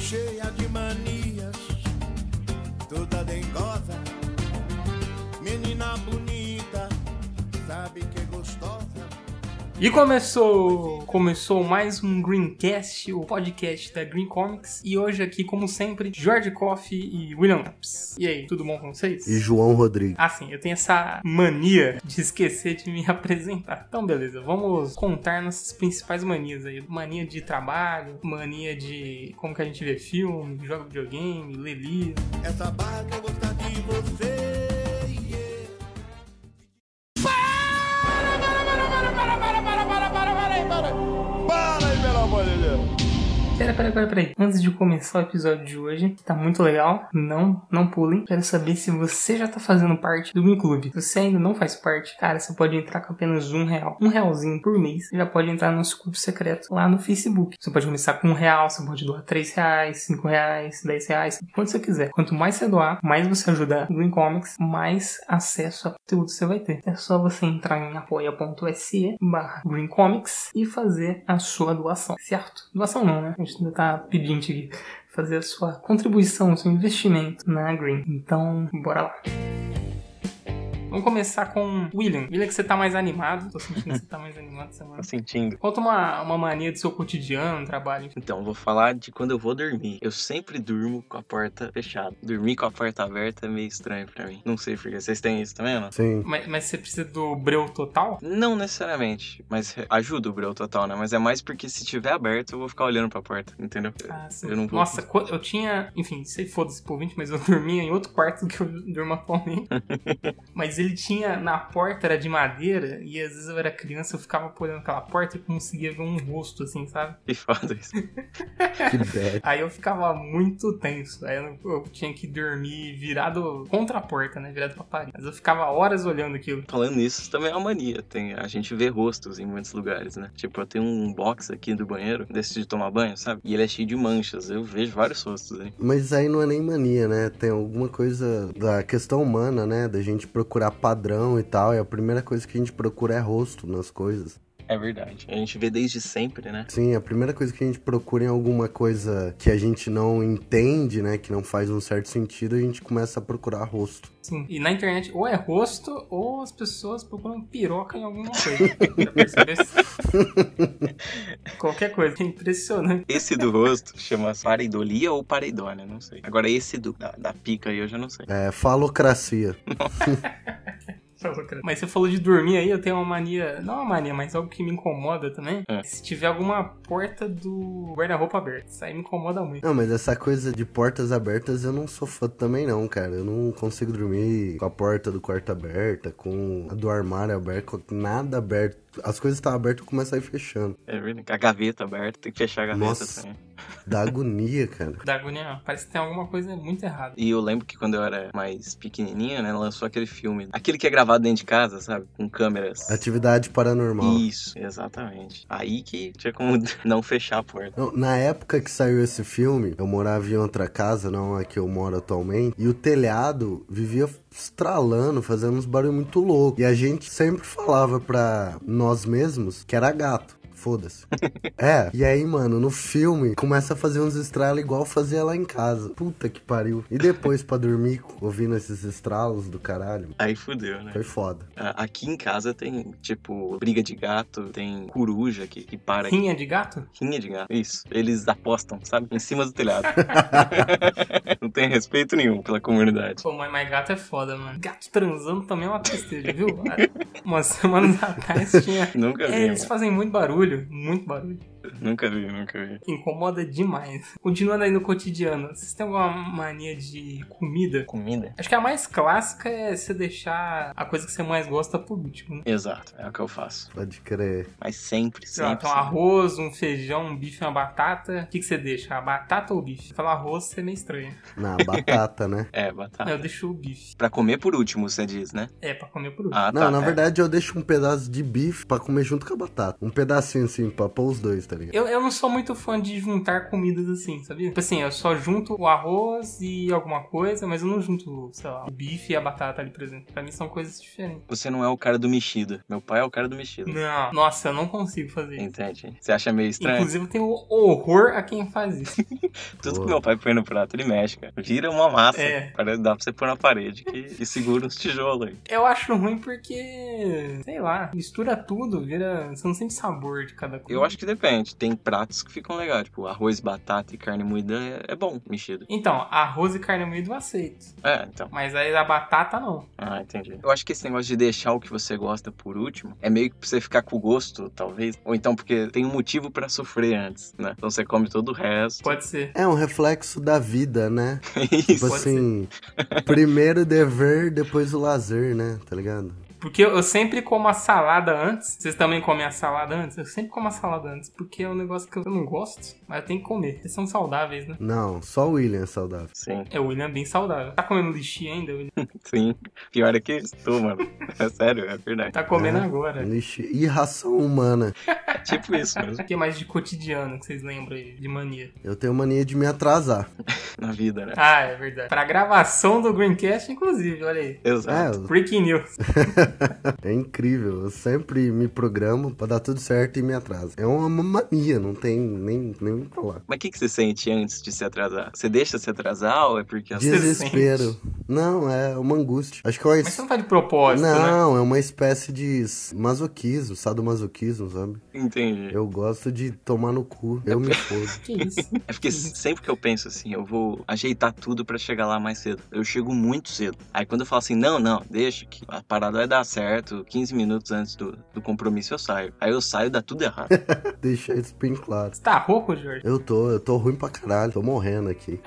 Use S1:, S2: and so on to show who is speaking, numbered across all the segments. S1: cheia de manias, toda dengosa. Menina bonita, sabe que é gostosa.
S2: E começou, começou mais um Greencast, o podcast da Green Comics. E hoje aqui, como sempre, George Coffey e William Taps. E aí, tudo bom com vocês?
S3: E João Rodrigues.
S2: Ah, sim, eu tenho essa mania de esquecer de me apresentar. Então, beleza, vamos contar nossas principais manias aí. Mania de trabalho, mania de como que a gente vê filme, joga videogame, lê livro.
S1: Essa barca gosta de você. yeah.
S2: Pera, pera, pera, pera aí. Antes de começar o episódio de hoje, que tá muito legal, não, não pulem. Quero saber se você já tá fazendo parte do Green Club. Se você ainda não faz parte, cara, você pode entrar com apenas um real. Um realzinho por mês. Você já pode entrar no nosso clube secreto lá no Facebook. Você pode começar com um real, você pode doar três reais, cinco reais, dez reais, quanto você quiser. Quanto mais você doar, mais você ajudar o Green Comics, mais acesso a conteúdo você vai ter. É só você entrar em apoia.se barra Green Comics e fazer a sua doação, certo? Doação não, né? A gente ainda tá pedindo aqui. Fazer a sua contribuição, o seu investimento na Green. Então, bora lá. Vamos começar com William. William, que você tá mais animado. Tô sentindo que você tá mais animado essa semana.
S4: Tô sentindo.
S2: Conta uma, uma mania do seu cotidiano, trabalho. enfim.
S4: Então, vou falar de quando eu vou dormir. Eu sempre durmo com a porta fechada. Dormir com a porta aberta é meio estranho pra mim. Não sei porque vocês têm isso também, mano?
S3: Sim.
S2: Mas, mas você precisa do breu total?
S4: Não necessariamente, mas ajuda o breu total, né? Mas é mais porque se tiver aberto, eu vou ficar olhando pra porta, entendeu?
S2: Ah, sim.
S4: Eu não vou.
S2: Nossa, quando- eu tinha. Enfim, sei foda-se pro ouvinte, mas eu dormia em outro quarto do que eu durmo atualmente. mas ele tinha. Na porta era de madeira, e às vezes eu era criança, eu ficava olhando aquela porta e conseguia ver um rosto, assim, sabe?
S4: Que foda isso.
S3: Que bad.
S2: Aí eu ficava muito tenso. Aí eu, eu tinha que dormir virado contra a porta, né? Virado pra parede. Mas eu ficava horas olhando aquilo.
S4: Falando nisso, também é uma mania. Tem, a gente vê rostos em muitos lugares, né? Tipo, eu tenho um box aqui do banheiro, desse de tomar banho, sabe? E ele é cheio de manchas. Eu vejo vários rostos aí.
S3: Mas aí não é nem mania, né? Tem alguma coisa da questão humana, né? Da gente procurar padrão e tal. E a primeira coisa que a gente procura é rosto nas coisas.
S4: É verdade. A gente vê desde sempre, né?
S3: Sim, a primeira coisa que a gente procura em alguma coisa que a gente não entende, né? Que não faz um certo sentido, a gente começa a procurar rosto.
S2: Sim. E na internet, ou é rosto, ou as pessoas procuram piroca em alguma coisa. pra perceber se- Qualquer coisa. É impressionante.
S4: Esse do rosto chama pareidolia ou pareidônia, não sei. Agora esse do, da, da pica aí eu já não sei.
S3: É falocracia.
S2: Tá Mas você falou de dormir aí, eu tenho uma mania. Não uma mania, mas algo que me incomoda também.
S4: É.
S2: Se tiver alguma porta do guarda-roupa aberta. Isso aí me incomoda muito.
S3: Não, mas essa coisa de portas abertas eu não sou fã também não, cara. Eu não consigo dormir com a porta do quarto aberta, com a do armário aberta, com nada aberto. As coisas estão abertas, eu começo a ir fechando.
S4: É verdade. Com a gaveta aberta, tem que fechar a gaveta
S3: Nossa.
S4: também.
S3: Dá agonia, cara.
S2: Da agonia, parece que tem alguma coisa muito errada.
S4: E eu lembro que quando eu era mais pequenininha, né, lançou aquele filme. Aquele que é gravado dentro de casa, sabe? Com câmeras.
S3: É Atividade paranormal.
S4: Isso, exatamente. Aí que tinha como não fechar a porta.
S3: Não, Na época que saiu esse filme, eu morava em outra casa, não a que eu moro atualmente, e o telhado vivia estralando, fazendo uns barulhos muito loucos. E a gente sempre falava pra nós mesmos que era gato. Foda-se. é, e aí, mano, no filme começa a fazer uns estralos igual fazia lá em casa. Puta que pariu. E depois pra dormir ouvindo esses estralos do caralho,
S4: Aí fudeu, né?
S3: foi foda.
S4: A- Aqui em casa tem, tipo, briga de gato, tem coruja que, que para aqui.
S2: Rinha de gato?
S4: Rinha é de gato. Isso. Eles apostam, sabe? Em cima do telhado. não tem respeito nenhum pela comunidade.
S2: Pô, mas, mas gato é foda, mano. Gato transando também é uma tristeza, viu? Umas semanas atrás tinha.
S4: Nunca
S2: É,
S4: vi,
S2: eles fazem muito barulho, muito barulho.
S4: mano. Nunca vi, nunca vi.
S2: Incomoda demais. Continuando aí no cotidiano, vocês têm alguma mania de É comida?
S4: Comida?
S2: Acho que a mais clássica é você deixar a coisa que você mais gosta por último, né?
S4: Exato, é o que eu faço.
S3: Pode crer.
S4: Mas sempre,
S2: Sei lá,
S4: sempre.
S2: tem um
S4: sempre.
S2: arroz, um feijão, um bife, uma batata. O que, que você deixa? A batata ou o bife? Falar arroz, você é meio estranho.
S3: Na batata, né?
S4: É, batata.
S2: Eu deixo o bife.
S4: Pra comer por último, você diz, né?
S2: É, pra comer por último.
S4: Ah,
S3: Não,
S4: tá.
S3: na
S4: é.
S3: verdade eu deixo um pedaço de bife pra comer junto com a batata. Um pedacinho assim, pra pôr os dois, tá ligado?
S2: Eu, eu não sou muito fã de juntar comidas assim, sabia? Tipo assim, eu só junto o arroz e alguma coisa, mas eu não junto, sei lá, o bife e a batata ali, por exemplo. Pra mim são coisas diferentes.
S4: Você não é o cara do mexido. Meu pai é o cara do mexido.
S2: Não, nossa, eu não consigo fazer isso.
S4: Entende? Você acha meio estranho?
S2: Inclusive, eu tenho horror a quem faz isso.
S4: Tudo
S3: Pô.
S4: que meu pai põe no prato, ele mexe, cara. Vira uma massa.
S2: É.
S4: Parece que dá pra você pôr na parede que, e segura uns tijolos aí.
S2: Eu acho ruim porque, sei lá, mistura tudo, vira. Você não sente sabor de cada coisa.
S4: Eu acho que depende. Tem pratos que ficam legais. Tipo, arroz, batata e carne moída é, é bom, mexido.
S2: Então, arroz e carne moída eu aceito.
S4: É, então.
S2: Mas aí a batata não.
S4: Ah, entendi. Eu acho que esse negócio de deixar o que você gosta por último é meio que pra você ficar com o gosto, talvez. Ou então porque tem um motivo pra sofrer antes, né? Então você come todo o resto. É
S2: Pode ser.
S3: É um reflexo da vida, né? Tipo
S4: Isso.
S2: Pode
S3: assim, primeiro o dever, depois o lazer, né? Tá ligado?
S2: Porque eu sempre como a salada antes. Vocês também comem a salada antes? Eu sempre como a salada antes, porque é um negócio que eu não gosto, mas eu tenho que comer. Vocês são saudáveis, né?
S3: Não, só o William é saudável.
S4: Sim,
S2: É, o William é bem saudável. Tá comendo lixi ainda, William?
S4: sim. Pior é que eu estou, mano. É sério, é Uhum. verdade.
S2: Tá comendo
S3: É.
S2: agora.
S3: Lixo e ração humana.
S4: É tipo isso mesmo.
S2: O que mais de cotidiano que vocês lembram aí, de mania?
S3: Eu tenho mania de me atrasar.
S4: Na vida, né?
S2: Ah, é verdade. Pra gravação do Greencast, inclusive, olha aí.
S3: É,
S4: Exato.
S3: eu-
S2: Breaking news.
S3: é incrível. Eu sempre me programo pra dar tudo certo e me atraso. É uma mania, não tem nem nem o que falar.
S4: Mas o que, que você sente antes de se atrasar? Você deixa se atrasar ou é porque...
S2: Diz-
S3: Desespero. Não, é uma angústia. Acho que é uma
S2: Mas
S3: es-
S2: você não faz de propósito, né?
S3: Não, é uma espécie de masoquismo, sadomasoquismo, sabe?
S4: Entendi.
S3: Eu gosto de tomar no cu, eu me fodo.
S2: Que isso?
S4: É porque sempre que eu penso assim, eu vou ajeitar tudo pra chegar lá mais cedo. Eu chego muito cedo. Aí quando eu falo assim, não, não, deixa que a parada vai dar certo, 15 minutos antes do, do compromisso eu saio. Aí eu saio, dá tudo errado.
S3: Deixa isso bem claro.
S2: Você tá rouco, Jorge?
S3: Eu tô, eu tô ruim pra caralho, tô morrendo aqui.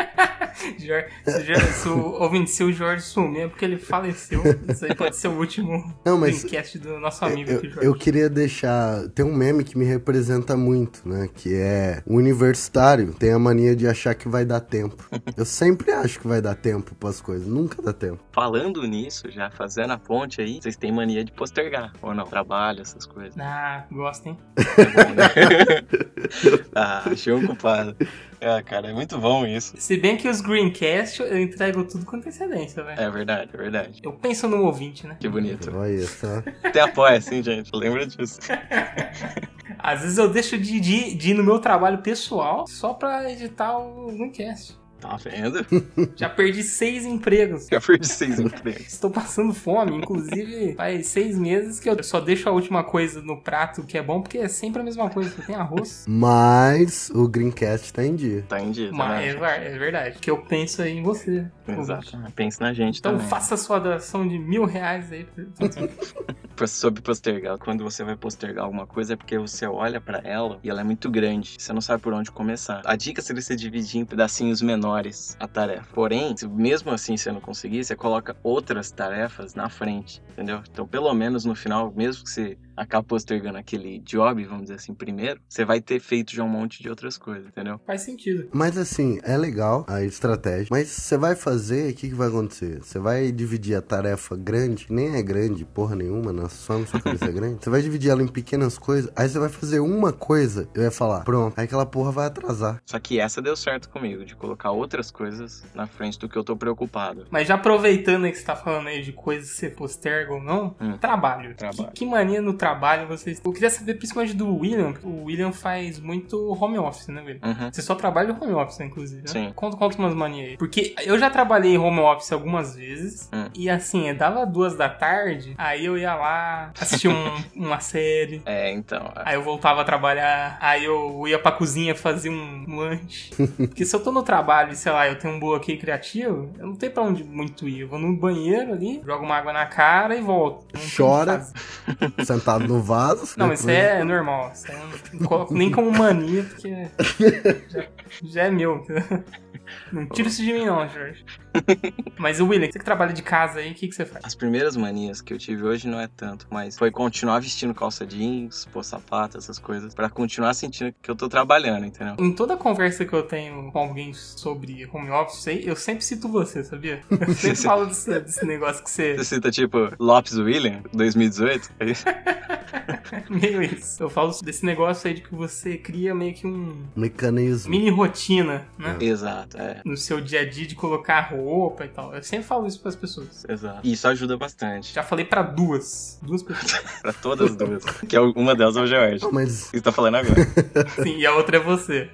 S2: Jorge, se, o Jorge se o ouvinte se o Jorge sumir é porque ele faleceu. Isso aí pode ser o último
S3: Não, mas-
S2: podcast do nosso
S3: Eu-
S2: amigo
S3: eu,
S2: aqui, Jorge.
S3: eu queria deixar. Tem um meme que me representa muito, né? Que é o universitário tem a mania de achar que vai dar tempo. Eu sempre acho que vai dar tempo pras coisas, nunca dá tempo.
S4: Falando nisso, já fazendo a ponte aí, vocês têm mania de postergar, ou não? Trabalho, essas coisas.
S2: Ah, gosta, hein?
S4: É bom, né? ah, achei um culpado. Ah, cara, é muito bom isso.
S2: Se bem que os Greencast eu entrego tudo com antecedência, velho.
S4: É verdade, é verdade.
S2: Eu penso no ouvinte, né?
S4: Que bonito.
S3: Olha só.
S4: Até apoia, sim, gente. Lembra disso.
S2: Às vezes eu deixo de, de- de ir no meu trabalho pessoal só pra editar o Greencast.
S4: Tá vendo?
S2: Já perdi seis empregos.
S4: Já perdi seis empregos.
S2: Estou passando fome, inclusive faz seis meses que eu só deixo a última coisa no prato que é bom, porque é sempre a mesma coisa, só tem arroz.
S3: Mas o Greencast tá em dia.
S4: Tá em dia, tá
S2: Mas, é,
S4: né?
S2: ver- é verdade, que eu penso aí em você.
S4: Exato. Pense na gente
S2: Então
S4: também.
S2: faça sua doação de mil reais aí.
S4: Pra- Sobre postergar. Quando você vai postergar alguma coisa, é porque você olha pra ela e ela é muito grande. Você não sabe por onde começar. A dica seria você dividir em pedacinhos menores a tarefa. Porém, se mesmo assim você não conseguir, você coloca outras tarefas na frente, entendeu? Então, pelo menos no final, mesmo que você acabe postergando aquele job, vamos dizer assim, primeiro, você vai ter feito já um monte de outras coisas, entendeu?
S2: Faz sentido.
S3: Mas assim, é legal a estratégia. Mas você vai fazer, o que, que vai acontecer? Você vai dividir a tarefa grande, que nem é grande, porra nenhuma, na- só na sua cabeça é grande. Você vai dividir ela em pequenas coisas, aí você vai fazer uma coisa e vai falar, pronto, aí aquela porra vai atrasar.
S4: Só que essa deu certo comigo, de colocar outras coisas na frente do que eu tô preocupado.
S2: Mas já aproveitando aí que você tá falando aí de coisas que você posterga ou não,
S4: Hum.
S2: trabalho.
S4: Trabalho.
S2: Que, que mania no trabalho vocês. Eu queria saber principalmente do William, porque o William faz muito home office, né, William?
S4: Uhum.
S2: Você só trabalha no home office, né, inclusive, né?
S4: Sim.
S2: Conta, conta umas manias aí. Porque eu já trabalhei em home office algumas vezes.
S4: Hum.
S2: E assim, eu dava duas da tarde, aí eu ia lá assistir um- uma série.
S4: É, então. é.
S2: Aí eu voltava a trabalhar, aí eu ia pra cozinha fazer um lanche. Porque se eu tô no trabalho e, sei lá, eu tenho um bloqueio criativo, eu não tenho pra onde muito ir. Eu vou no banheiro ali, jogo uma água na cara e volto. Não tenho o que
S3: Chora.
S2: fazer.
S3: Sentado no vaso. né,
S2: Não,
S3: depois-
S2: isso aí é normal. Isso aí eu não coloco nem como mania, porque já, já é meu. Não tira isso de mim não, Jorge. Mas o William, você que trabalha de casa aí, o que, que você faz?
S4: As primeiras manias que eu tive hoje não é tanto, mas foi continuar vestindo calça jeans, pôr sapato, essas coisas, pra continuar sentindo que eu tô trabalhando, entendeu?
S2: Em toda conversa que eu tenho com alguém sobre home office, sei- eu sempre cito você, sabia? Eu sempre falo desse, desse negócio que você.
S4: Você cita tipo Lopes William, 2018?
S2: meio isso. Eu falo desse negócio aí de que você cria meio que um
S3: Mecanismo.
S2: mini rotina, né?
S4: Exato, é.
S2: No seu dia a dia de colocar roupa e tal. Eu sempre falo isso pras pessoas.
S4: Exato. E isso ajuda bastante.
S2: Já falei pra duas. Duas pessoas.
S4: Pra todas as duas. Que é o- uma delas é o George.
S3: Não, mas
S4: Você tá falando agora.
S2: Sim, e a outra é você.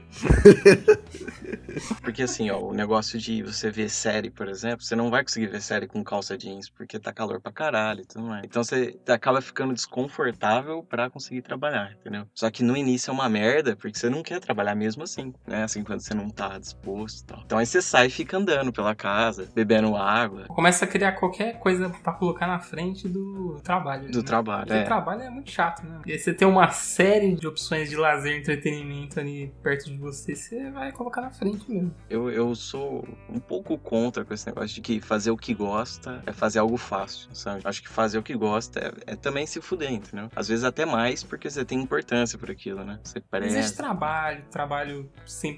S4: Porque assim, ó, o negócio de você ver série, por exemplo, você não vai conseguir ver série com calça jeans, porque tá calor pra caralho e tudo mais. Então você acaba ficando desconfortável pra conseguir trabalhar, entendeu? Só que no início é uma merda, porque você não quer trabalhar mesmo assim, né? Assim, quando você não tá disposto e tal. Então aí você sai e fica andando pela casa, bebendo água
S2: Começa a criar qualquer coisa pra colocar na frente do trabalho.
S4: do
S2: né?
S4: trabalho.
S2: Porque
S4: É.
S2: trabalho é muito chato, né? E aí você tem uma série de opções de lazer e entretenimento ali perto de você, você vai colocar na frente mesmo.
S4: Eu, eu sou um pouco contra com esse negócio de que fazer o que gosta é fazer algo fácil, sabe? Acho que fazer o que gosta é, é também se fuder, entendeu? Às vezes até mais porque você tem importância por aquilo, né? Você
S2: Existe
S4: preza.
S2: trabalho, trabalho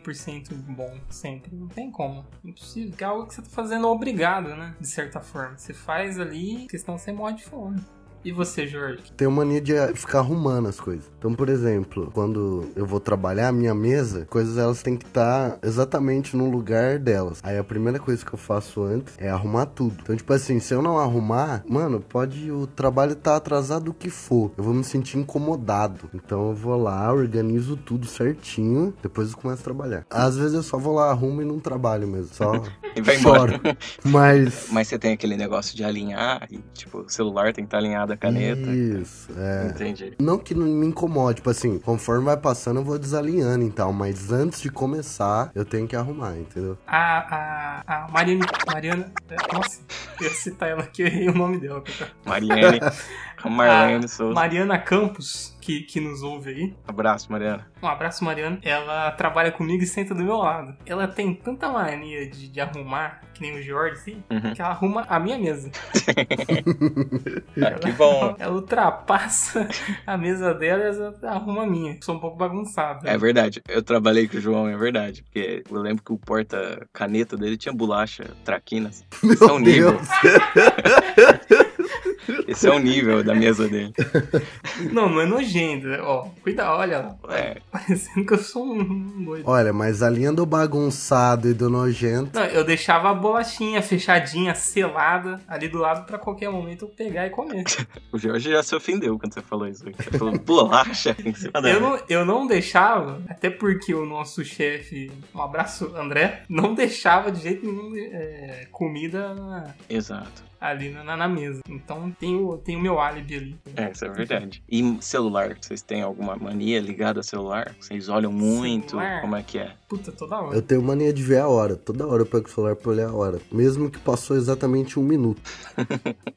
S2: 100% bom, sempre. Não tem como. Impossível. Porque é algo que você tá fazendo obrigado, né? De certa forma. Você faz ali, porque senão você morre de fome. E você, Jorge?
S3: tem uma mania de eh, ficar arrumando as coisas. Então, por exemplo, quando eu vou trabalhar, a minha mesa, coisas elas têm que estar exatamente no lugar delas. Aí a primeira coisa que eu faço antes é arrumar tudo. Então, tipo assim, se eu não arrumar, mano, pode o trabalho tá atrasado o que for. Eu vou me sentir incomodado. Então eu vou lá, organizo tudo certinho, depois eu começo a trabalhar. Às vezes eu só vou lá, arrumo e não trabalho mesmo, só
S4: E vai embora.
S3: choro. Mas
S4: Mas você tem aquele negócio de alinhar e, tipo, o celular tem que estar alinhado à caneta.
S3: Isso, é.
S4: Entendi.
S3: Não que não me incomode, tipo assim, conforme vai passando eu vou desalinhando e tal, mas antes de começar eu tenho que arrumar, entendeu?
S2: A, a, a Mariana. Mariana. é, Nossa, eu ia citar ela aqui, eu errei o nome dela. coitada.
S4: Mariane, a Marlene Souza.
S2: Mariana Campos, que, que nos ouve aí.
S4: Abraço, Mariana.
S2: Um abraço, Mariana. Ela trabalha comigo e senta do meu lado. Ela tem tanta mania de, de arrumar, que nem o Jorge, assim,
S4: Uhum.
S2: que ela arruma a minha mesa.
S4: Ah, que bom.
S2: Ela ultrapassa a mesa dela e ela arruma a minha. Sou um pouco bagunçado.
S4: É verdade, eu trabalhei com o João, é verdade. Porque eu lembro que o porta-caneta dele tinha bolacha, traquinas. Esse é o nível. Esse é o nível da mesa dele.
S2: Não, não é nojento. Ó, cuida, olha lá.
S4: É,
S2: Parecendo que eu sou um doido.
S3: Olha, mas a linha do bagunçado e do nojento.
S2: Não, eu deixava a bolachinha fechadinha, selada, ali do lado pra qualquer momento eu pegar e comer.
S4: o Jorge já se ofendeu quando você falou isso. Você falou bolacha em cima da
S2: Eu
S4: mesa.
S2: não, eu não deixava, até porque o nosso chefe, um abraço, André, não deixava de jeito nenhum é, comida na-
S4: Exato.
S2: ali na, na- na mesa. Então tem o, tem o meu álibi ali.
S4: É, isso é verdade. E celular, vocês têm alguma mania ligada ao celular? Vocês olham muito?
S2: Celular?
S4: Como é que é?
S2: Puta, toda hora.
S3: Eu tenho mania de ver a hora. Toda hora eu pego o celular pra olhar a hora. Mesmo que passou exatamente um minuto.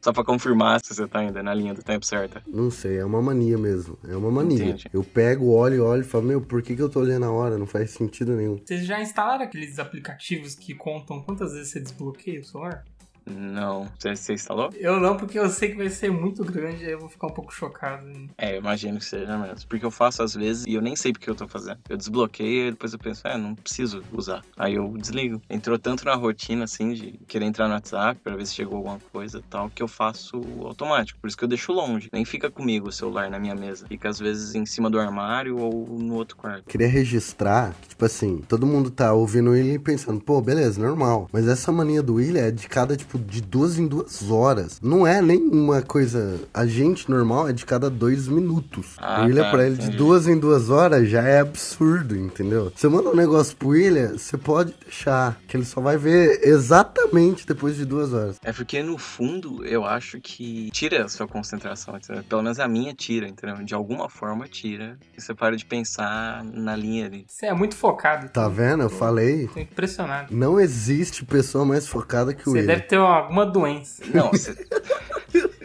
S4: Só pra confirmar se você tá ainda na linha do tempo certa.
S3: Não sei, é uma mania mesmo. É uma mania.
S4: Entendi.
S3: Eu pego, olho, olho e falo, meu, por que, que eu tô olhando a hora? Não faz sentido nenhum.
S2: Vocês já instalaram aqueles aplicativos que contam quantas vezes você desbloqueia o celular?
S4: Não. Você, você instalou?
S2: Eu não, porque eu sei que vai ser muito grande, aí eu vou ficar um pouco chocado. hein?
S4: É, eu imagino que seja mesmo. Porque eu faço às vezes e eu nem sei porque eu tô fazendo. Eu desbloqueio e depois eu penso, é, não preciso usar. Aí eu desligo. Entrou tanto na rotina, assim, de querer entrar no WhatsApp pra ver se chegou alguma coisa e tal, que eu faço automático. Por isso que eu deixo longe. Nem fica comigo o celular na minha mesa. Fica às vezes em cima do armário ou no outro quarto.
S3: Queria registrar que, tipo assim, todo mundo tá ouvindo o Willian e pensando, pô, beleza, normal. Mas essa mania do Willian é de cada, tipo, de duas em duas horas. Não é nenhuma coisa. A gente normal é de cada dois minutos.
S4: Ah,
S3: o Willian,
S4: tá,
S3: pra ele, de
S4: entendi.
S3: duas em duas horas já é absurdo, entendeu? Você manda um negócio pro Willian, você pode deixar, que ele só vai ver exatamente depois de duas horas.
S4: É porque no fundo eu acho que tira a sua concentração, entendeu? Pelo menos a minha tira, entendeu? De alguma forma tira. E você para de pensar na linha ali.
S2: Você é muito focado.
S3: Tá vendo? Eu falei.
S2: Tô impressionado.
S3: Não existe pessoa mais focada que o
S2: Você
S3: Willian.
S2: deve ter alguma doença.
S4: Não, você...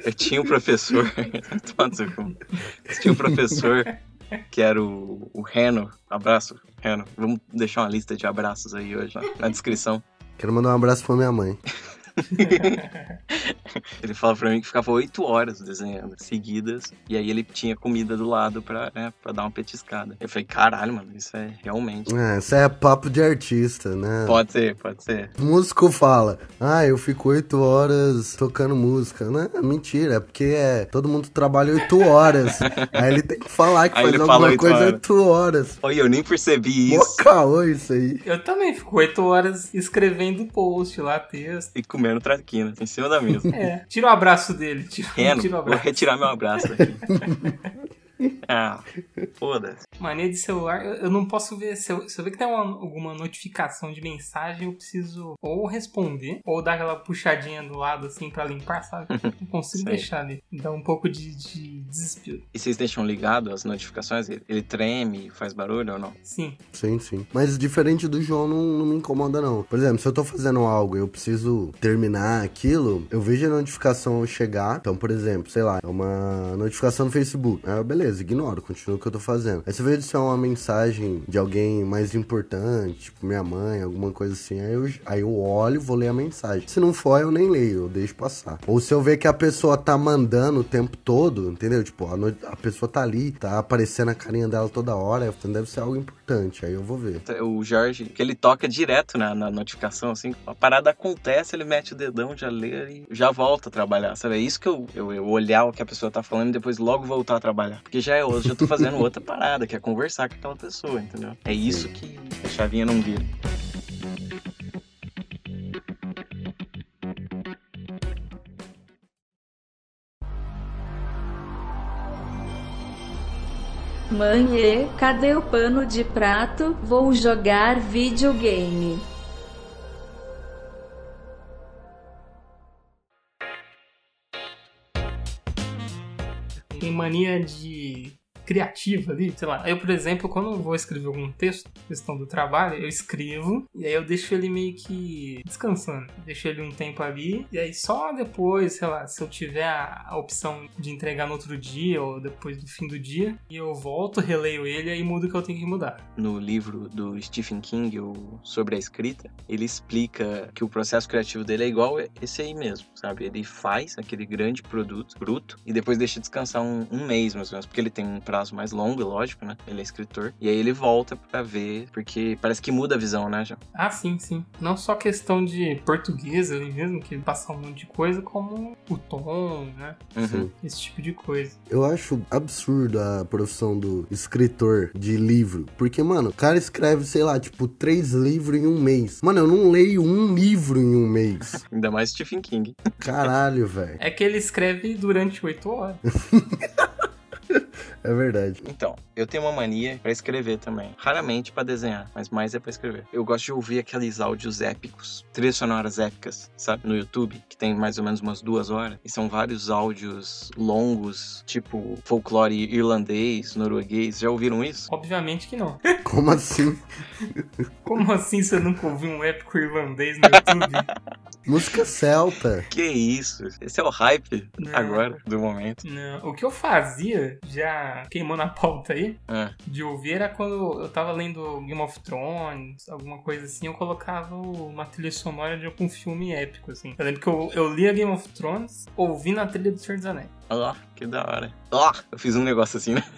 S4: eu tinha um professor. Tomando seu cu. Eu tinha um professor que era o, o Reno. Abraço, Reno. Vamos deixar uma lista de abraços aí hoje na, na descrição.
S3: Quero mandar um abraço pra minha mãe.
S4: Ele falava pra mim que ficava oito horas desenhando, seguidas, e aí ele tinha comida do lado pra, né, pra dar uma petiscada. Eu falei, caralho, mano, isso é realmente.
S3: É, isso é papo de artista, né?
S4: Pode ser, pode ser.
S3: O músico fala, ah, eu fico oito horas tocando música. Não, é mentira, é porque é, todo mundo trabalha oito horas. Aí ele tem que falar que
S4: Aí
S3: faz
S4: ele fala
S3: alguma
S4: oito
S3: coisa
S4: horas.
S3: oito horas.
S4: Olha, eu nem percebi
S3: Mó
S4: isso.
S3: caô isso aí.
S2: Eu também fico oito horas escrevendo post lá, texto.
S4: E comendo traquinas em cima da mesa.
S2: É. Tira o abraço dele. Tira,
S4: Reno,
S2: tira o
S4: vou
S2: abraço.
S4: retirar meu abraço aqui. ah, foda-se.
S2: Mania de celular, eu, eu não posso ver. Se eu, se eu ver que tem uma- alguma notificação de mensagem, eu preciso ou responder, ou dar aquela puxadinha do lado assim pra limpar, sabe? Não consigo
S4: Sei.
S2: deixar ali. Dá um pouco de, de desespero.
S4: E vocês deixam ligado as notificações? Ele ele treme, faz barulho ou não?
S2: Sim.
S3: Sim, sim. Mas diferente do João, não, não me incomoda, não. Por exemplo, se eu tô fazendo algo e eu preciso terminar aquilo, eu vejo a notificação chegar. Então, por exemplo, sei lá, é uma notificação no Facebook. Ah, beleza, ignoro, continuo o que eu tô fazendo. Aí se eu vejo se é uma mensagem de alguém mais importante, tipo minha mãe, alguma coisa assim, aí eu, aí eu olho, vou ler a mensagem. Se não for, eu nem leio, eu deixo passar. Ou se eu ver que a pessoa tá mandando o tempo todo, entendeu? Tipo, a, no- a pessoa tá ali, tá aparecendo a carinha dela toda hora, então deve ser algo importante, aí eu vou ver.
S4: O Jorge, que ele toca direto na, na notificação, assim, a parada acontece, ele mete o dedão, já lê e já volta a trabalhar, sabe? É isso que eu, eu, eu olhar o que a pessoa tá falando e depois logo voltar a trabalhar. Porque já é hoje, eu tô fazendo outra parada, que é conversar com aquela pessoa, entendeu? É isso que a chavinha não vira.
S5: Mãe, e cadê o pano de prato? Vou jogar videogame.
S2: Tem mania de criativa ali, sei lá. Eu, por exemplo, quando eu vou escrever algum texto, questão do trabalho, eu escrevo e aí eu deixo ele meio que descansando. Deixo ele um tempo ali e aí só depois, sei lá, se eu tiver a, a opção de entregar no outro dia ou depois do fim do dia, e eu volto, releio ele e aí mudo o que eu tenho que mudar.
S4: no livro do Stephen King, o sobre a escrita, ele explica que o processo criativo dele é igual esse aí mesmo, sabe? Ele faz aquele grande produto bruto e depois deixa descansar um, um mês, mais ou menos, porque ele tem um prazo mais longo, lógico, né? Ele é escritor. E aí ele volta pra ver, porque parece que muda a visão, né, João?
S2: Ah, sim, sim. Não só questão de português ali mesmo, que ele passa um monte de coisa, como o tom, né?
S4: Uhum.
S2: Esse tipo de coisa.
S3: Eu acho absurdo a profissão do escritor de livro. Porque, mano, o cara escreve, sei lá, tipo, três livros em um mês. Mano, eu não leio um livro em um mês.
S4: Ainda mais Stephen King.
S3: Caralho, velho.
S2: É que ele escreve durante oito horas.
S3: É verdade.
S4: Então, eu tenho uma mania pra escrever também. Raramente pra desenhar, mas mais é pra escrever. Eu gosto de ouvir aqueles áudios épicos, trilhas sonoras épicas, sabe? No YouTube, que tem mais ou menos umas duas horas. E são vários áudios longos, tipo folclore irlandês, norueguês. Já ouviram isso?
S2: Obviamente que não.
S3: Como assim?
S2: Como assim você nunca ouviu um épico irlandês no YouTube?
S3: Música celta.
S4: Que isso? Esse é o hype
S2: Não.
S4: agora, do momento.
S2: Não. O que eu fazia, já queimando a pauta aí,
S4: Ah,
S2: de ouvir era quando eu tava lendo Game of Thrones, alguma coisa assim, eu colocava uma trilha sonora de algum filme épico, assim. Eu lembro que eu, eu lia Game of Thrones ouvindo a trilha do Senhor dos Anéis.
S4: ó, que da hora. Ó, eu fiz um negócio assim, né?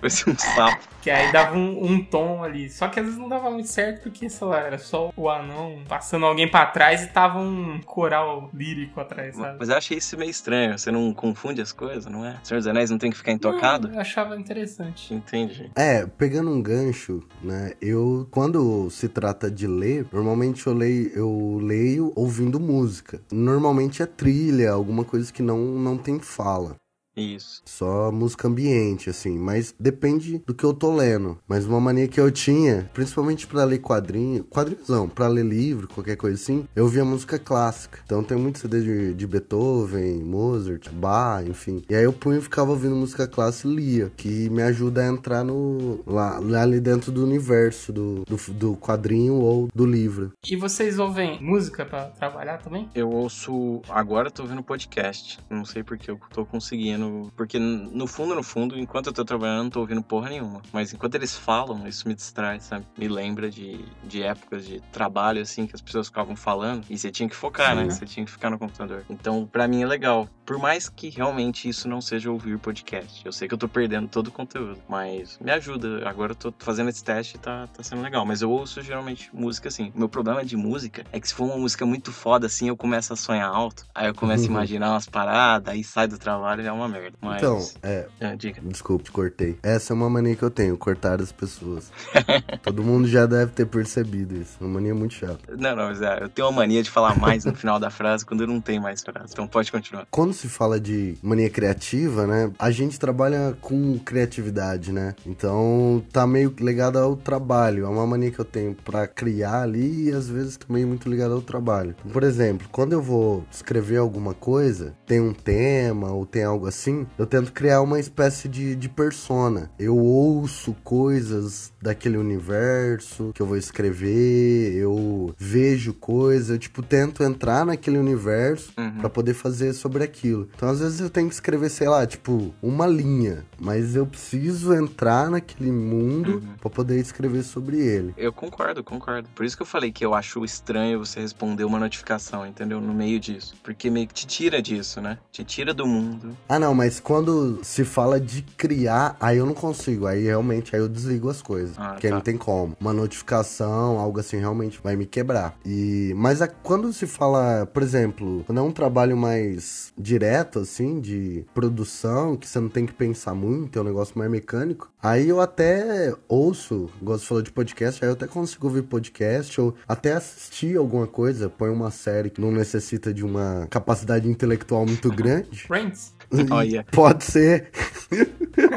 S4: Parece um sapo.
S2: Que aí dava um, um tom ali. Só que às vezes não dava muito certo porque, sei lá, era só o anão passando alguém pra trás e tava um coral lírico atrás, sabe?
S4: Mas eu achei isso meio estranho. Você não confunde as coisas, não é? Senhor dos Anéis não tem que ficar intocado?
S2: Eu achava interessante.
S4: Entendi.
S3: É, pegando um gancho, né? Eu, quando se trata de ler, normalmente eu leio, eu leio ouvindo música. Normalmente é trilha, alguma coisa que não, não tem fala.
S4: Isso.
S3: Só música ambiente, assim. Mas depende do que eu tô lendo. Mas uma mania que eu tinha, principalmente pra ler quadrinho, quadrinhos não, pra ler livro, qualquer coisa assim, eu via música clássica. Então tem muito CD de, de Beethoven, Mozart, Bach, enfim. E aí eu punho e ficava ouvindo música clássica e lia, que me ajuda a entrar no. lá, lá ali dentro do universo do, do, do quadrinho ou do livro.
S2: E vocês ouvem música pra trabalhar também?
S4: Eu ouço. Agora eu tô ouvindo podcast. Não sei porque eu tô conseguindo no. Porque n- no fundo, no fundo, enquanto eu tô trabalhando, eu não tô ouvindo porra nenhuma. Mas enquanto eles falam, isso me distrai, sabe? Me lembra de, de épocas de trabalho, assim, que as pessoas ficavam falando. E você tinha que focar, né?
S2: Sim.
S4: Você tinha que ficar no computador. Então, pra mim é legal. Por mais que realmente isso não seja ouvir podcast. Eu sei que eu tô perdendo todo o conteúdo. Mas me ajuda. Agora eu tô fazendo esse teste e tá, tá sendo legal. Mas eu ouço geralmente música assim. O meu problema de música é que se for uma música muito foda, assim, eu começo a sonhar alto. Aí eu começo a imaginar umas paradas, aí sai do trabalho e é uma merda. Mas.
S3: Então, é,
S4: é, diga.
S3: Desculpa, te cortei. Essa é uma mania que eu tenho, cortar as pessoas. Todo mundo já deve ter percebido isso. Uma mania muito chata.
S4: Não, não, mas é, eu tenho uma mania de falar mais no final da frase quando eu não tenho mais frase. Então pode continuar.
S3: Quando se fala de mania criativa, né? A gente trabalha com criatividade, né? Então tá meio ligado ao trabalho. É uma mania que eu tenho pra criar ali e às vezes também muito ligado ao trabalho. Por exemplo, quando eu vou escrever alguma coisa, tem um tema ou tem algo assim, eu tento criar uma espécie de, de persona. Eu ouço coisas daquele universo que eu vou escrever, eu vejo coisa, eu tipo tento entrar naquele universo pra
S4: Uhum.
S3: poder fazer sobre aquilo. Então às vezes eu tenho que escrever, sei lá, tipo uma linha, mas eu preciso entrar naquele mundo pra poder escrever sobre ele.
S4: Eu concordo, concordo. Por isso que eu falei que eu acho estranho você responder uma notificação, entendeu? No meio disso. Porque meio que te tira disso, né? Te tira do mundo.
S3: Ah, não, mas quando se fala de criar, aí eu não consigo. Aí realmente aí eu desligo as coisas.
S4: Ah,
S3: porque
S4: tá.
S3: não tem como. Uma notificação, algo assim, realmente vai me quebrar. E mas a- quando se fala, por exemplo, quando é um trabalho mais direto assim de produção, que você não tem que pensar muito, é um negócio mais mecânico, aí eu até ouço, gosto falou de podcast, aí eu até consigo ouvir podcast ou até assistir alguma coisa, põe uma série que não necessita de uma capacidade intelectual muito grande.
S2: Friends?
S4: Olha,
S3: Pode ser.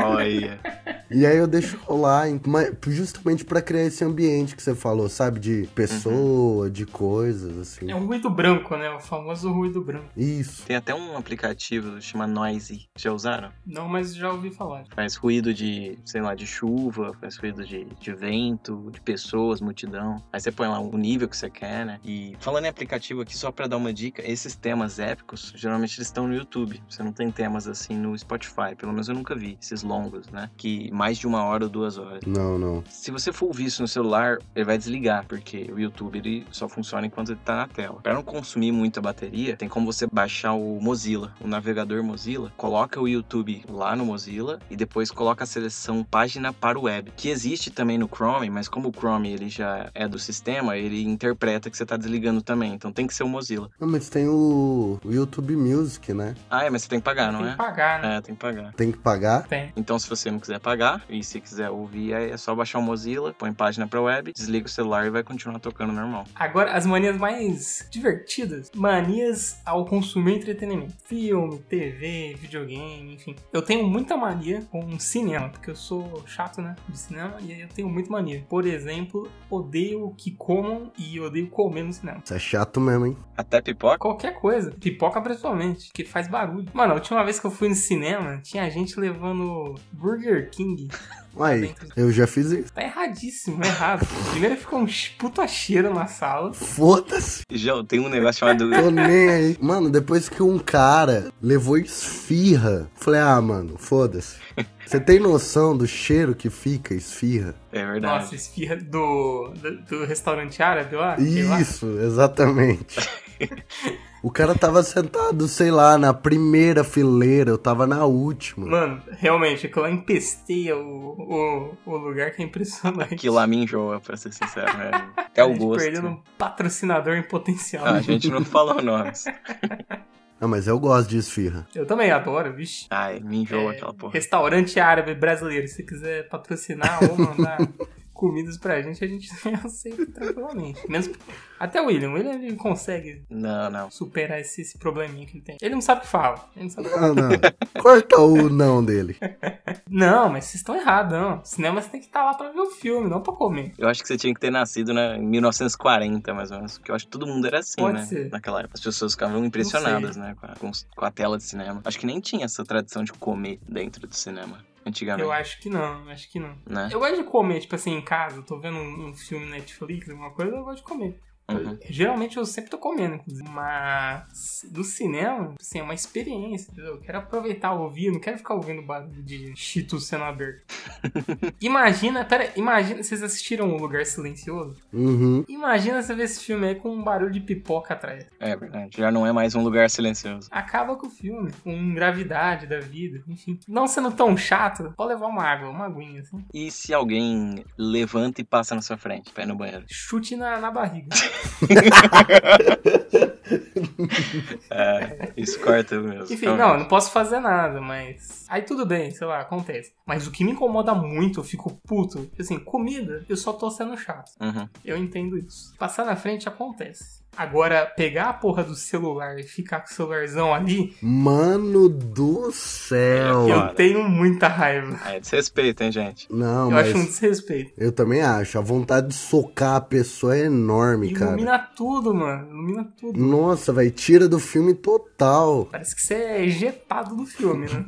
S4: olha.
S3: E aí eu deixo rolar, em- mas justamente pra criar esse ambiente que você falou, sabe? De pessoa, de coisas, assim.
S2: É o ruído branco, né? O famoso ruído branco.
S3: Isso.
S4: Tem até um aplicativo chamado Noisy. Já usaram?
S2: Não, mas já ouvi falar.
S4: Faz ruído de, sei lá, de chuva, faz ruído de, de vento, de pessoas, multidão. Aí você põe lá o nível que você quer, né? E falando em aplicativo aqui, só pra dar uma dica, esses temas épicos, geralmente eles estão no YouTube. Você não tem temas assim no Spotify, pelo menos eu nunca vi esses longos, né? Que mais de uma hora ou duas horas.
S3: Não, não.
S4: Se você for ouvir isso no celular, ele vai desligar, porque o YouTube ele só funciona enquanto ele tá na tela. Para não consumir muita bateria, tem como você baixar o Mozilla, o navegador Mozilla, coloca o YouTube lá no Mozilla e depois coloca a seleção página para o web, que existe também no Chrome, mas como o Chrome ele já é do sistema, ele interpreta que você tá desligando também, então tem que ser o Mozilla.
S3: Não, mas tem o, o YouTube Music, né?
S4: Ah, é, mas você tem que pagar, não
S2: tem
S4: é?
S2: que pagar, né?
S4: É, tem que pagar.
S3: Tem que pagar.
S2: Tem.
S4: Então, se você não quiser pagar e se quiser ouvir, aí é só baixar o Mozilla, põe página pra web, desliga o celular e vai continuar tocando normal.
S2: Agora, as manias mais divertidas. Manias ao consumir entretenimento. Filme, TV, videogame, enfim. Eu tenho muita mania com cinema, porque eu sou chato, né? De cinema, e aí eu tenho muita mania. Por exemplo, odeio que comam e odeio comer no cinema.
S3: Isso é chato mesmo, hein?
S4: Até pipoca?
S2: Qualquer coisa, pipoca principalmente, que faz barulho. Mano, a última vez que eu fui no cinema, tinha gente levando Burger King
S3: Aí,
S2: dentro.
S3: eu já fiz isso.
S2: Tá erradíssimo, errado. Primeiro ficou um puta cheiro na sala.
S3: Foda-se,
S4: João, tem um negócio chamado.
S3: tô nem aí. Mano, depois que um cara levou esfirra, falei, ah, mano, foda-se. Você tem noção do cheiro que fica esfirra?
S4: É
S2: Nossa,
S4: verdade.
S2: esfirra do, do, do restaurante árabe lá. sei lá.
S3: Isso, exatamente. o cara tava sentado, sei lá, na primeira fileira, eu tava na última.
S2: Mano, realmente, aquilo lá empesteia o, o, o lugar que é impressionante.
S4: Que lá me enjoa, pra ser sincero. É, é
S2: A
S4: o
S2: gente
S4: gosto.
S2: Perdendo um patrocinador em potencial.
S4: Ah, a gente não falou nomes.
S3: Ah, mas eu gosto de esfirra.
S2: Eu também adoro, vixe.
S4: Ai, me enjoa
S2: É,
S4: aquela porra.
S2: Restaurante árabe brasileiro, se quiser patrocinar ou mandar comidas pra gente, a gente aceita tranquilamente. Menos, até o William. O William ele consegue
S4: Não, não.
S2: superar esse, esse probleminha que ele tem. Ele não sabe o que fala. Ele não sabe o que fala.
S3: Não, não. Corta o não dele.
S2: Não, mas vocês estão errados, não. Cinema você tem que estar lá pra ver o filme, não pra comer.
S4: Eu acho que você tinha que ter nascido né, em 1940, mais ou menos. Porque eu acho que todo mundo era assim,
S2: Pode
S4: né?
S2: ser.
S4: Naquela época. As pessoas ficavam impressionadas, né? Com a, com os- com a tela de cinema. Acho que nem tinha essa tradição de comer dentro do cinema. Antigamente,
S2: Eu acho que não, acho que não.
S4: né?
S2: Eu gosto de comer, tipo assim, em casa, eu tô vendo um, um filme Netflix, alguma coisa, eu gosto de comer.
S4: Uhum.
S2: Geralmente eu sempre tô comendo, inclusive. Mas do cinema, assim, é uma experiência, entendeu? Eu quero aproveitar ouvir, não quero ficar ouvindo barulho de Cheetos sendo aberto. imagina, pera, imagina, vocês assistiram O Lugar Silencioso?
S3: Uhum.
S2: Imagina você ver esse filme aí com um barulho de pipoca atrás.
S4: É verdade. Já não é mais um lugar silencioso.
S2: Acaba com o filme, com gravidade da vida, enfim. Não sendo tão chato, pode levar uma água, uma aguinha, assim.
S4: E se alguém levanta e passa na sua frente, pé no banheiro?
S2: Chute na, na barriga.
S4: É, isso corta mesmo.
S2: Enfim, não, eu não posso fazer nada, mas. Aí tudo bem, sei lá, acontece. Mas o que me incomoda muito, eu fico puto. Assim, comida, eu só tô sendo chato.
S4: Uhum.
S2: Eu entendo isso. Passar na frente acontece. Agora, pegar a porra do celular e ficar com o celularzão ali,
S3: Mano do céu.
S4: Cara.
S2: eu tenho muita raiva.
S4: Ah, É desrespeito, hein, gente?
S3: Não,
S2: eu
S3: mas
S2: acho um desrespeito.
S3: eu também acho. A vontade de socar a pessoa é enorme, cara.
S2: Ilumina tudo, mano. Ilumina tudo.
S3: Nossa, velho, tira do filme total.
S2: Parece que você é ejetado do filme, né?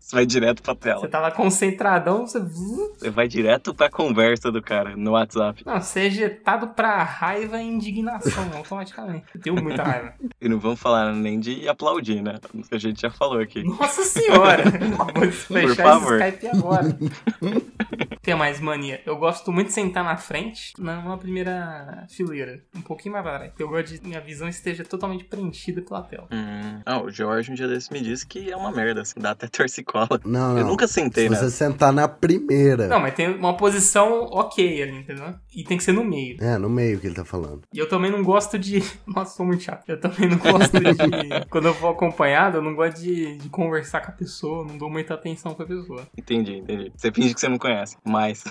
S4: Você vai direto pra tela.
S2: Você tava concentradão, você. uh,
S4: Você vai direto pra conversa do cara no WhatsApp.
S2: Não, você é ejetado pra raiva e indignação, automaticamente. Eu tenho muita raiva.
S4: E não vamos falar nem de aplaudir, né? A gente já falou aqui.
S2: Nossa senhora! Vou
S4: Por
S2: fechar esse
S4: favor.
S2: Skype agora. Tem mais mania. Eu gosto muito de sentar na frente, na- numa primeira fileira. Um pouquinho mais pra trás. Eu gosto de que minha visão esteja totalmente preenchida pela tela.
S4: Hum. Ah, o George um dia desse me disse que é uma merda, assim, dá até torcicola.
S3: Não, não.
S4: Eu nunca
S3: Se
S4: sentei, né?
S3: você sentar na primeira.
S2: Não, mas tem uma posição ok ali, entendeu? E tem que ser no meio.
S3: É, no meio que ele tá falando.
S2: E eu também não gosto de. Nossa, sou muito chato. Eu também não gosto de. Quando eu vou acompanhado, eu não gosto de, de conversar com a pessoa, não dou muita atenção com a pessoa.
S4: Entendi, entendi. Você finge que você não conhece, mas.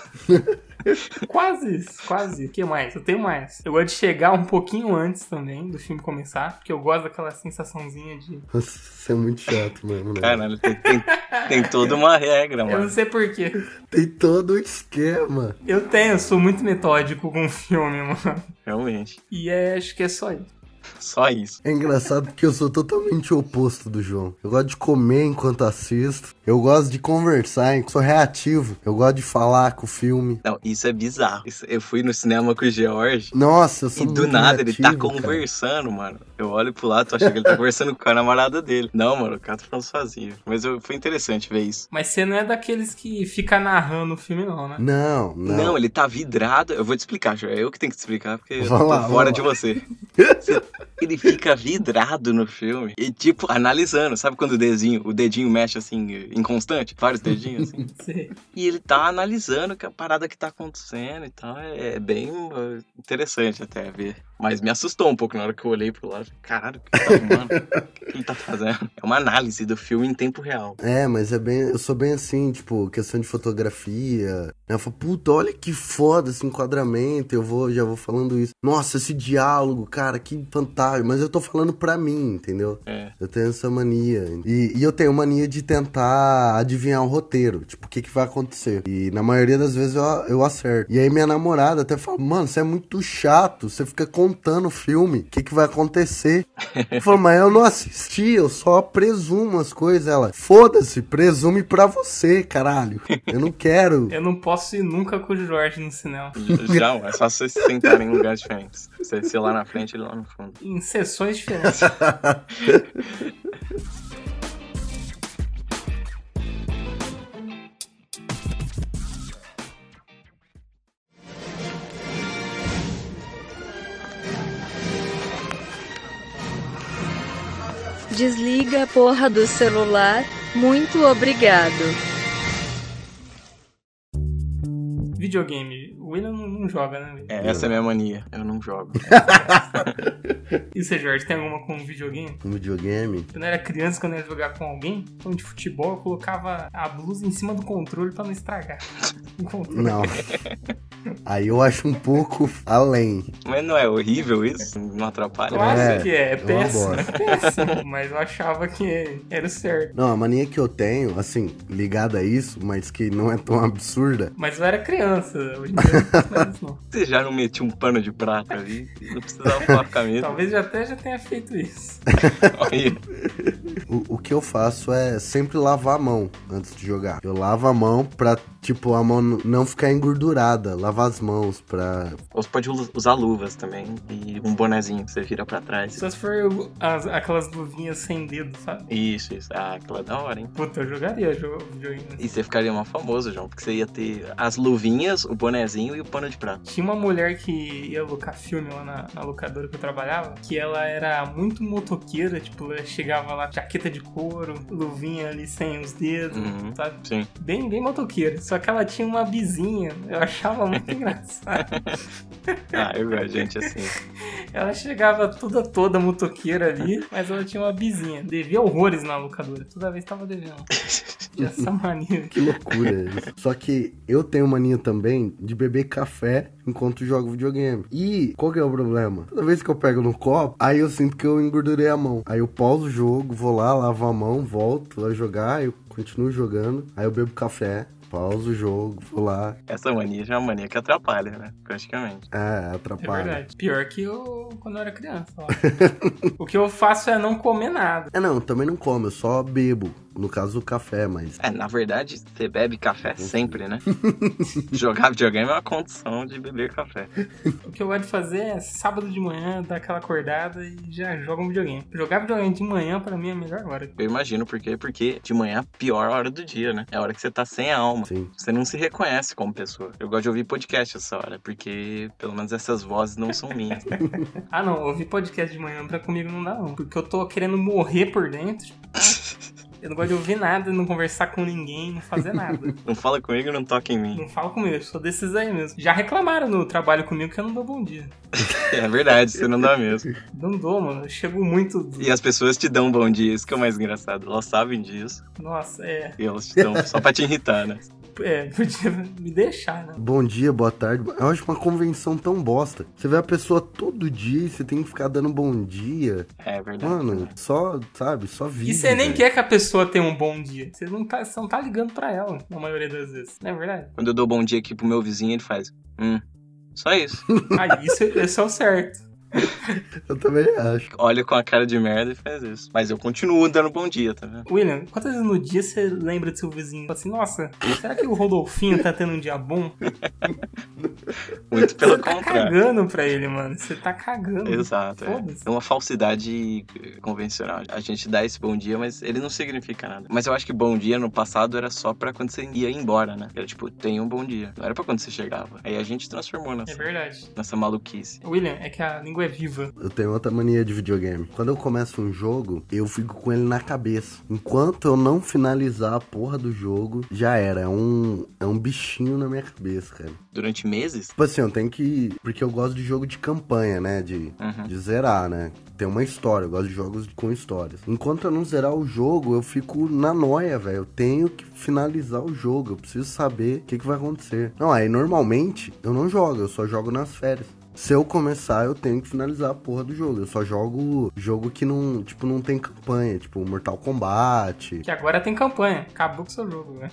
S2: Quase isso, quase. O que mais? Eu tenho mais. Eu gosto de chegar um pouquinho antes também do filme começar, porque eu gosto daquela sensaçãozinha de.
S3: Nossa, isso é muito chato mesmo, né?
S4: Caralho, tem, tem, tem toda uma regra,
S2: Eu não
S4: mano.
S2: sei porquê.
S3: Tem todo o esquema.
S2: Eu tenho, eu sou muito metódico com o filme, mano.
S4: Realmente.
S2: E é, acho que é só isso.
S4: Só isso.
S3: É engraçado porque eu sou totalmente o oposto do João. Eu gosto de comer enquanto assisto. Eu gosto de conversar, hein? sou reativo. Eu gosto de falar com o filme.
S4: Não, isso é bizarro. Isso- eu fui no cinema com o George.
S3: Nossa, eu sou
S4: E do
S3: muito
S4: nada ele tá
S3: reativo, cara.
S4: conversando, mano. Eu olho pro lado, tô achando que ele tá conversando com a namorada dele. Não, mano, o cara tá falando sozinho. Mas eu- foi interessante ver isso.
S2: Mas você não é daqueles que fica narrando o filme, não, né?
S3: Não,
S4: Não.
S3: não.
S4: ele tá vidrado. Eu vou te explicar, João. É eu que tenho que te explicar, porque eu
S3: Vai
S4: tô
S3: lá, vai
S4: fora
S3: lá.
S4: de você. Ele fica vidrado no filme e, tipo, analisando. Sabe quando o dedinho, o dedinho mexe assim, inconstante? Vários dedinhos, assim.
S2: Não sei.
S4: E ele tá analisando que a parada que tá acontecendo e tal. É, é bem uh, interessante até ver. Mas me assustou um pouco na hora que eu olhei pro lado. Caralho, o que ele tá arrumando? O que ele tá fazendo? É uma análise do filme em tempo real.
S3: É, mas é bem. Eu sou bem assim, tipo, questão de fotografia. né? Eu falo, puta, olha que foda esse enquadramento. Eu vou, já vou falando isso. Nossa, esse diálogo, cara, que fantástico. Mas eu tô falando pra mim, entendeu?
S4: É.
S3: Eu tenho essa mania. E, e eu tenho mania de tentar adivinhar o roteiro. Tipo, o que, que vai acontecer. E na maioria das vezes eu, eu acerto. E aí minha namorada até fala: Mano, você é muito chato. Você fica contando o filme. O que, que vai acontecer? Eu falo, mas eu não assisti, eu só presumo as coisas. Ela, foda-se, presume pra você, caralho. Eu não quero.
S2: Eu não posso ir nunca com o Jorge no cinema.
S4: Já, é só vocês se sentarem em lugares diferentes. Você ser lá na frente e ele lá no fundo.
S2: Em sessões diferentes.
S5: Desliga a porra do celular. Muito obrigado.
S2: Videogame. O William não, não joga, né? velho?
S4: É, essa é minha mania. Eu não jogo.
S2: E você, Jorge, tem alguma com videogame?
S3: Um videogame?
S2: Quando eu era criança, quando eu ia jogar com alguém, então de futebol, eu colocava a blusa em cima do controle pra não estragar. O controle.
S3: Não. Aí eu acho um pouco além.
S4: Mas não é horrível isso? Não atrapalha?
S2: Claro
S3: É,
S2: que é, é
S3: eu
S2: péssimo,
S3: adoro.
S2: é péssimo, mas eu achava que era o certo.
S3: Não, a mania que eu tenho, assim, ligada a isso, mas que não é tão absurda,
S2: Mas eu era criança, hoje em dia não faz isso não.
S4: Você já não metia um pano de prata ali? Não precisava pôr a camisa.
S2: Talvez eu até já tenha feito isso.
S4: Olha.
S3: o, o que eu faço é sempre lavar a mão antes de jogar. Eu lavo a mão pra, tipo, a mão n- não ficar engordurada. Lavo lavar as mãos, pra.
S4: Ou você pode u- usar luvas também e um bonezinho que você vira pra trás.
S2: Só se for as- aquelas luvinhas sem dedo, sabe?
S4: Isso, isso. Ah, aquela da hora, hein?
S2: Puta, eu jogaria jogo videogame.
S4: E você ficaria mal famoso, João, porque você ia ter as luvinhas, o bonezinho e o pano de prato.
S2: Tinha uma mulher que ia alucar filme lá na, na locadora que eu trabalhava, que ela era muito motoqueira, tipo, ela chegava lá, jaqueta de couro, luvinha ali sem os dedos,
S4: Uhum.
S2: sabe?
S4: Sim.
S2: Bem, bem motoqueira. Só que ela tinha uma vizinha, eu achava muito engraçado.
S4: Ah, eu gosto de gente assim.
S2: Ela chegava toda toda motoqueira ali, mas ela tinha uma vizinha. Devia horrores na locadora, toda vez tava devendo. Dessa maneira.
S3: Que loucura isso. Só que eu tenho mania também de beber café enquanto jogo videogame. E qual que é o problema? Toda vez que eu pego no copo, aí eu sinto que eu engordurei a mão. Aí eu pauso o jogo, vou lá, lavo a mão, volto a jogar, eu continuo jogando. Aí eu bebo café, pauso o jogo, vou lá.
S4: Essa mania já é uma mania que atrapalha, né? Praticamente.
S3: É,
S2: É
S3: atrapalha.
S2: verdade. Pior que eu quando eu era criança. ó. o que eu faço é não comer nada.
S3: É, não, eu também não como, eu só bebo. No caso, o café, mas.
S4: É, na verdade, você bebe café sempre, né? Jogar videogame é uma condição de beber café.
S2: O que eu gosto de fazer é sábado de manhã, dar aquela acordada e já joga um videogame. Jogar videogame de manhã pra mim é a melhor hora.
S4: Eu imagino por quê? Porque de manhã é a pior hora do dia, né? É a hora que você tá sem a alma.
S3: Sim.
S4: Você não se reconhece como pessoa. Eu gosto de ouvir podcast essa hora, porque pelo menos essas vozes não são minhas. né?
S2: Ah não, ouvir podcast de manhã pra comigo não dá não. Porque eu tô querendo morrer por dentro. Eu não gosto de ouvir nada, não conversar com ninguém, não fazer nada.
S4: Não fala comigo, não toca em mim.
S2: Não fala comigo, eu sou desses aí mesmo. Já reclamaram no trabalho comigo que eu não dou bom dia.
S4: É verdade, você não dá mesmo.
S2: Não dou, mano. Eu chego muito. do-
S4: E as pessoas te dão bom dia, isso que é o mais engraçado. Elas sabem disso
S2: Nossa, é.
S4: e elas te dão só pra te irritar, né?
S2: É, podia me deixar, né?
S3: Bom dia, boa tarde. Eu acho uma convenção tão bosta. Você vê a pessoa todo dia e você tem que ficar dando bom dia.
S4: É verdade.
S3: Mano, só, sabe, só vive.
S2: E você nem
S3: velho.
S2: quer que a pessoa tenha um bom dia. Você não tá, você não tá ligando pra ela, na maioria das vezes. Não é verdade?
S4: Quando eu dou bom dia aqui pro meu vizinho, ele faz. Hum. Só isso.
S2: Ah, isso, isso é o certo.
S3: Eu também acho.
S4: Olha com a cara de merda e faz isso. Mas eu continuo dando bom dia, tá vendo?
S2: William, quantas vezes no dia você lembra do seu vizinho? Fala assim, nossa, será que o Rodolfinho tá tendo um dia bom?
S4: Muito pelo
S2: você tá
S4: contrário.
S2: cagando pra ele, mano. Você tá cagando.
S4: Exato. É.
S2: Foda-se.
S4: é uma falsidade eh, convencional. A gente dá esse bom dia, mas ele não significa nada. Mas eu acho que bom dia no passado era só pra quando você ia embora, né? Era tipo, tenha um bom dia. Não era pra quando você chegava. Aí a gente transformou
S2: É
S4: nessa,
S2: verdade.
S4: nessa maluquice.
S2: William, é que a língua é viva.
S3: Eu tenho outra mania de videogame. Quando eu começo um jogo, eu fico com ele na cabeça. Enquanto eu não finalizar a porra do jogo, já era. É um, é um bichinho na minha cabeça, cara.
S4: Durante meses?
S3: Tipo assim, eu tenho que. Porque eu gosto de jogo de campanha, né? De,
S4: Uhum.
S3: de zerar, né? Tem uma história, eu gosto de jogos com histórias. Enquanto eu não zerar o jogo, eu fico na noia, velho. Eu tenho que finalizar o jogo, eu preciso saber o que, que vai acontecer. Não, aí normalmente eu não jogo, eu só jogo nas férias. Se eu começar, eu tenho que finalizar a porra do jogo. Eu só jogo jogo que não, tipo, não tem campanha, tipo Mortal Kombat.
S2: Que agora tem campanha. Acabou com o seu jogo, né?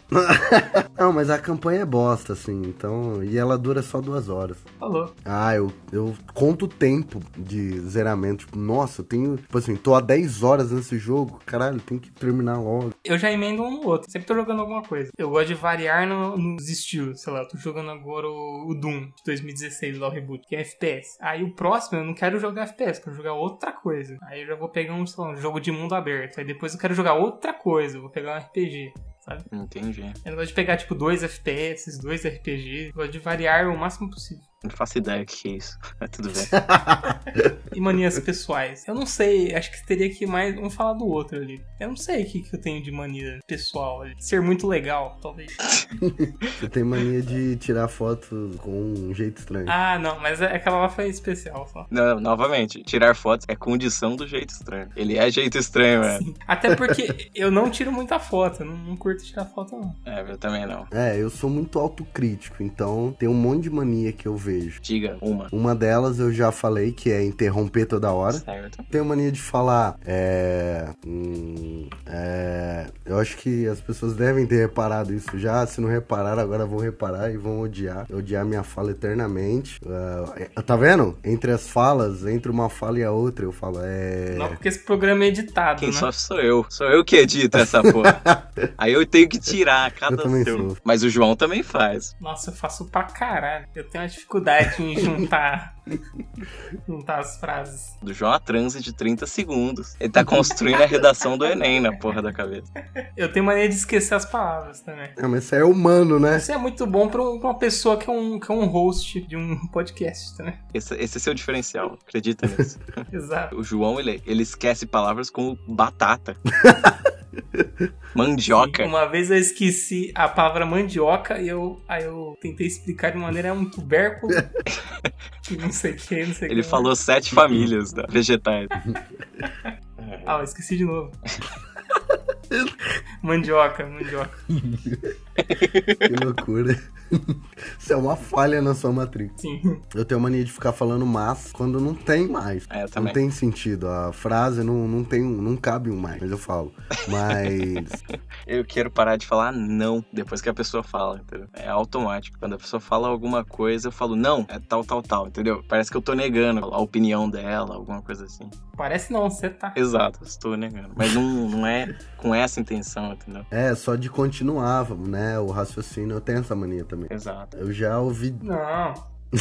S3: Não, mas a campanha é bosta, assim, então. E ela dura só duas horas.
S2: Falou.
S3: Ah, eu, eu conto o tempo de zeramento. Tipo, nossa, eu tenho. Tipo assim, tô há 10 horas nesse jogo. Caralho, tem que terminar logo.
S2: Eu já emendo um no outro. Sempre tô jogando alguma coisa. Eu gosto de variar no- nos estilos. Sei lá, eu tô jogando agora o, o Doom de 2016, lá o reboot, que é FPS. Aí o próximo eu não quero jogar FPS, quero jogar outra coisa. Aí eu já vou pegar um, sei lá, um jogo de mundo aberto. Aí depois eu quero jogar outra coisa, eu vou pegar um RPG.
S4: Entendi.
S2: Eu não gosto de pegar, tipo, dois FPS, dois RPG. Eu gosto de variar o máximo possível.
S4: Não faço ideia o que é isso. Mas tudo bem.
S2: E manias pessoais. Eu não sei, acho que teria que mais um falar do outro ali. Eu não sei o que, que eu tenho de mania pessoal ali. Ser muito legal, talvez.
S3: Você tem mania de tirar foto com um jeito estranho.
S2: Ah, não, mas é- aquela lá foi especial só.
S4: Não, novamente, tirar fotos é condição do jeito estranho. Ele é jeito estranho, mano.
S2: Até porque eu não tiro muita foto, eu não, não curto tirar foto, não.
S4: É, eu também não.
S3: É, eu sou muito autocrítico, então tem um monte de mania que eu vejo.
S4: Diga uma.
S3: Uma delas eu já falei que é interromper toda hora.
S4: Certo.
S3: Tenho mania de falar. É, hum, é, eu acho que as pessoas devem ter reparado isso já. Se não repararam, agora vão reparar e vão odiar. Odiar minha fala eternamente. Ah, é, tá vendo? Entre as falas, entre uma fala e a outra, eu falo. É.
S2: Não porque esse programa é editado,
S4: Quem
S2: né?
S4: sofre sou eu. Sou eu que edito essa porra. Aí eu tenho que tirar cada
S3: Eu também
S4: seu.
S3: sou.
S4: Mas o João também faz.
S2: Nossa, eu faço pra caralho. Eu tenho uma dificuldade em juntar, juntar as frases.
S4: Do João a transe de 30 segundos. Ele tá construindo a redação do Enem na porra da cabeça.
S2: Eu tenho mania de esquecer as palavras também.
S3: É, mas isso aí é humano, né?
S2: Isso é muito bom pra um- pra uma pessoa que é um, que é um host de um podcast, né?
S4: Esse, esse é seu diferencial. Acredita nisso.
S2: Exato.
S4: O João, ele, ele esquece palavras como batata. Mandioca.
S2: Uma vez eu esqueci a palavra mandioca e eu, aí eu tentei explicar de maneira é um tubérculo. que não sei o que, não sei o que.
S4: Ele falou sete famílias da vegetais.
S2: Ah, eu esqueci de novo. mandioca, mandioca.
S3: Que loucura. Isso é uma falha na sua matrícula.
S2: Sim.
S3: Eu tenho mania de ficar falando mas quando não tem mais.
S4: É, eu
S3: Não
S4: também.
S3: tem sentido. A frase não, não tem, um- não cabe um mais, mas eu falo. Mas
S4: Eu quero parar de falar não depois que a pessoa fala, entendeu? É automático. Quando a pessoa fala alguma coisa, eu falo não, é tal, tal, tal, entendeu? Parece que eu tô negando a opinião dela, alguma coisa assim.
S2: Parece não, você tá.
S4: Exato, eu estou negando. Mas não, não é com essa intenção, entendeu?
S3: é só de continuar, né? O raciocínio eu tenho essa mania também.
S4: Exato.
S3: Eu já ouvi.
S2: Não.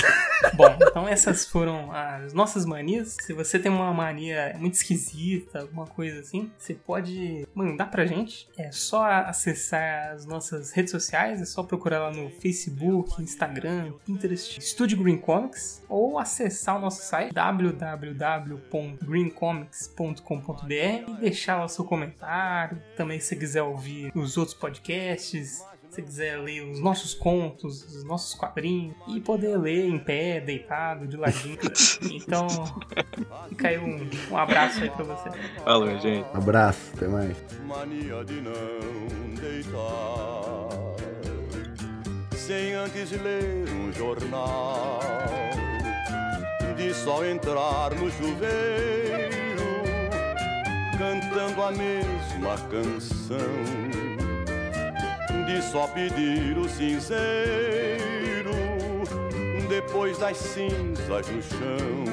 S2: Bom, então essas foram as nossas manias. Se você tem uma mania muito esquisita, alguma coisa assim, você pode mandar pra gente. É só acessar as nossas redes sociais, é só procurar lá no Facebook, Instagram, Pinterest, Estúdio Green Comics, ou acessar o nosso site www.greencomics.com.br e deixar lá o seu comentário. Também se você quiser ouvir os outros podcasts, se quiser ler os nossos contos, os nossos quadrinhos, e poder ler em pé, deitado, de ladinho. Então, fica aí um, um abraço aí pra você.
S4: Falou, gente.
S3: Abraço, até mais.
S1: Mania de não deitar Sem antes ler um jornal De só entrar no chuveiro Cantando a mesma canção De só pedir o cinzeiro Depois das cinzas no chão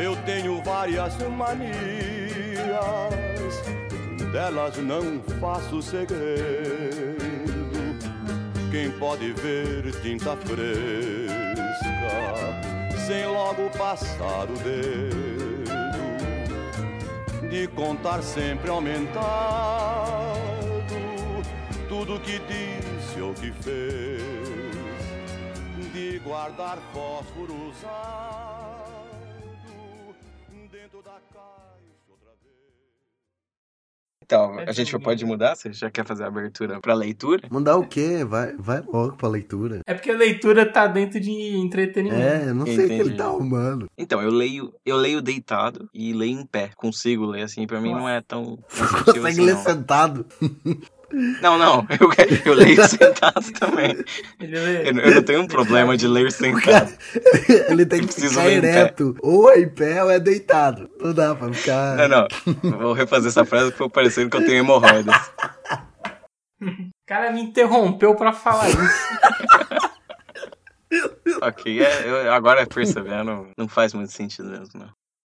S1: eu tenho várias manias, delas não faço segredo. Quem pode ver tinta fresca, sem logo passar o dedo, de contar sempre aumentado, tudo que disse ou que fez de guardar fósforo usado dentro da caixa outra vez.
S4: Então, a gente pode mudar? Você já quer fazer a abertura pra leitura?
S3: Mandar o quê? Vai, vai logo pra leitura.
S2: É porque a leitura tá dentro de entretenimento.
S3: É, eu não sei o que ele
S4: Hum, Entendi.
S3: tá humano.
S4: Então, eu leio, eu leio deitado e leio em pé. Consigo ler assim, pra mim não é tão. cansativo
S3: Consegue
S4: assim,
S3: ler
S4: não.
S3: sentado.
S4: Não, não. Eu, eu leio sentado também.
S2: Ele lê.
S4: Eu, eu não tenho um problema de ler sentado.
S3: ele tem
S4: Eu
S3: que
S4: preciso
S3: ficar
S4: ler em pé.
S3: ereto. Ou é em pé ou é deitado. Não dá pra ficar.
S4: Não, não. Vou refazer essa frase porque ficou parecendo que eu tenho hemorroidas.
S2: O cara me interrompeu pra falar isso.
S4: é Ok, é, eu- agora percebendo, não faz muito sentido mesmo, não.